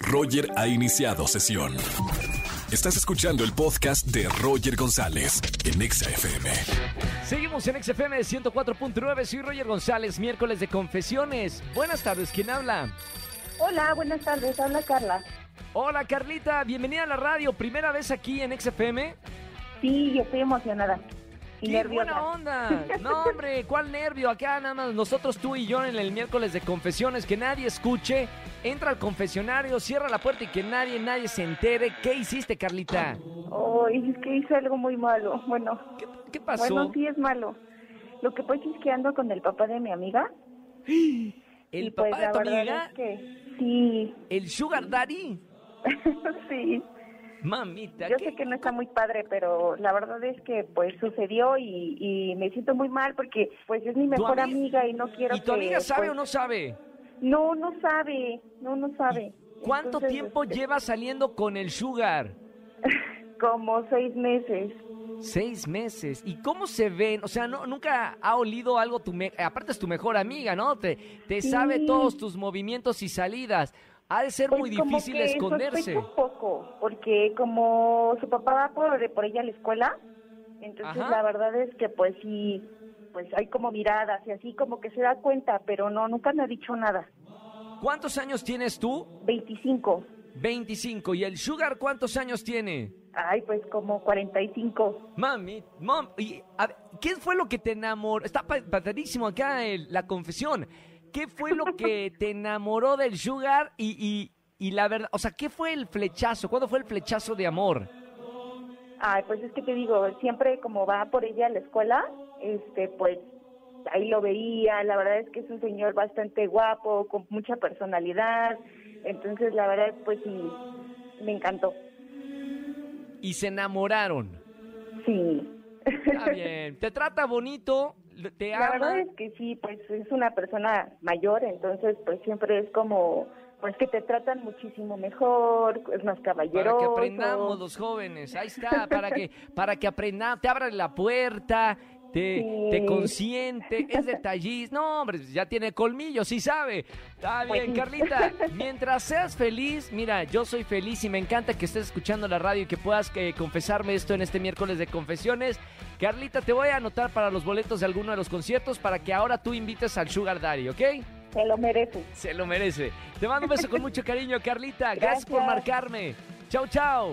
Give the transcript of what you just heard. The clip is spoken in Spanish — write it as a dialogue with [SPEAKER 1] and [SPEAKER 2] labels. [SPEAKER 1] Roger ha iniciado sesión. Estás escuchando el podcast de Roger González en Exa FM.
[SPEAKER 2] Seguimos en XFM 104.9, soy Roger González, miércoles de confesiones. Buenas tardes, ¿quién habla?
[SPEAKER 3] Hola, buenas tardes, habla Carla.
[SPEAKER 2] Hola Carlita, bienvenida a la radio, primera vez aquí en XFM.
[SPEAKER 3] Sí, yo estoy emocionada y
[SPEAKER 2] ¡Qué
[SPEAKER 3] nerviosa.
[SPEAKER 2] buena onda! No, hombre, ¿cuál nervio? Acá nada más nosotros, tú y yo en el miércoles de confesiones, que nadie escuche, entra al confesionario, cierra la puerta y que nadie, nadie se entere. ¿Qué hiciste, Carlita?
[SPEAKER 3] Ay, es que hice algo muy malo. Bueno,
[SPEAKER 2] ¿Qué, qué pasó?
[SPEAKER 3] bueno, sí es malo. Lo que pasa es que ando con el papá de mi amiga. y
[SPEAKER 2] ¿El
[SPEAKER 3] pues
[SPEAKER 2] papá de
[SPEAKER 3] la
[SPEAKER 2] tu
[SPEAKER 3] verdad
[SPEAKER 2] amiga?
[SPEAKER 3] es que sí,
[SPEAKER 2] ¿El sugar daddy?
[SPEAKER 3] sí.
[SPEAKER 2] Mamita,
[SPEAKER 3] Yo
[SPEAKER 2] ¿qué?
[SPEAKER 3] sé que no está muy padre, pero la verdad es que pues sucedió y, y me siento muy mal porque pues es mi mejor
[SPEAKER 2] ami-
[SPEAKER 3] amiga y no quiero
[SPEAKER 2] ¿Y tu
[SPEAKER 3] que,
[SPEAKER 2] amiga sabe
[SPEAKER 3] pues,
[SPEAKER 2] o no sabe?
[SPEAKER 3] No, no sabe, no, no sabe.
[SPEAKER 2] ¿Cuánto
[SPEAKER 3] Entonces,
[SPEAKER 2] tiempo
[SPEAKER 3] este,
[SPEAKER 2] lleva saliendo con el sugar?
[SPEAKER 3] Como seis meses.
[SPEAKER 2] Seis meses. ¿Y cómo se ven? O sea, no, nunca ha olido algo tu... me- Aparte es tu mejor amiga, ¿no? Te, te
[SPEAKER 3] Sí.
[SPEAKER 2] sabe todos tus movimientos y salidas. Ha de ser
[SPEAKER 3] Pues
[SPEAKER 2] muy
[SPEAKER 3] como
[SPEAKER 2] difícil
[SPEAKER 3] que
[SPEAKER 2] esconderse.
[SPEAKER 3] sospecho un poco, porque como su papá va por, por ella a la escuela, entonces
[SPEAKER 2] Ajá.
[SPEAKER 3] la verdad es que pues sí, pues hay como miradas y así como que se da cuenta, pero no, nunca me ha dicho nada.
[SPEAKER 2] ¿Cuántos años tienes tú?
[SPEAKER 3] 25,
[SPEAKER 2] 25. ¿Y el sugar cuántos años tiene?
[SPEAKER 3] ay pues como 45.
[SPEAKER 2] Mami, mom, y, a ver, ¿qué fue lo que te enamoró? Está pa- patadísimo acá el- la confesión. ¿Qué fue lo que te enamoró del Sugar? Y, y- y la verdad, o sea, ¿qué fue el flechazo? ¿Cuándo fue el flechazo de amor?
[SPEAKER 3] Ay pues es que te digo, siempre como va por ella a la escuela, este pues ahí lo veía, la verdad es que es un señor bastante guapo, con mucha personalidad, entonces la verdad pues sí, me encantó.
[SPEAKER 2] Y se enamoraron.
[SPEAKER 3] Sí.
[SPEAKER 2] Está bien, te trata bonito, l- te
[SPEAKER 3] La verdad
[SPEAKER 2] ama.
[SPEAKER 3] es que sí, pues es una persona mayor, entonces pues siempre es como, pues que te tratan muchísimo mejor, es más
[SPEAKER 2] Para
[SPEAKER 3] caballeroso.
[SPEAKER 2] que aprendamos los jóvenes, ahí está, para que, para que aprendamos, te abran la puerta, te,
[SPEAKER 3] Sí.
[SPEAKER 2] te consiente, es detallista, no hombre, ya tiene colmillo, sí sabe. Está
[SPEAKER 3] Pues
[SPEAKER 2] bien,
[SPEAKER 3] sí.
[SPEAKER 2] Carlita, mientras seas feliz, mira, yo soy feliz y me encanta que estés escuchando la radio y que puedas eh, confesarme esto en este miércoles de confesiones. Carlita, te voy a anotar para los boletos de alguno de los conciertos para que ahora tú invites al Sugar Daddy, ¿ok?
[SPEAKER 3] Se lo merece.
[SPEAKER 2] Se lo merece. Te mando un beso con mucho cariño, Carlita. Gracias, por
[SPEAKER 3] Gracias.
[SPEAKER 2] marcarme. Chau, chau.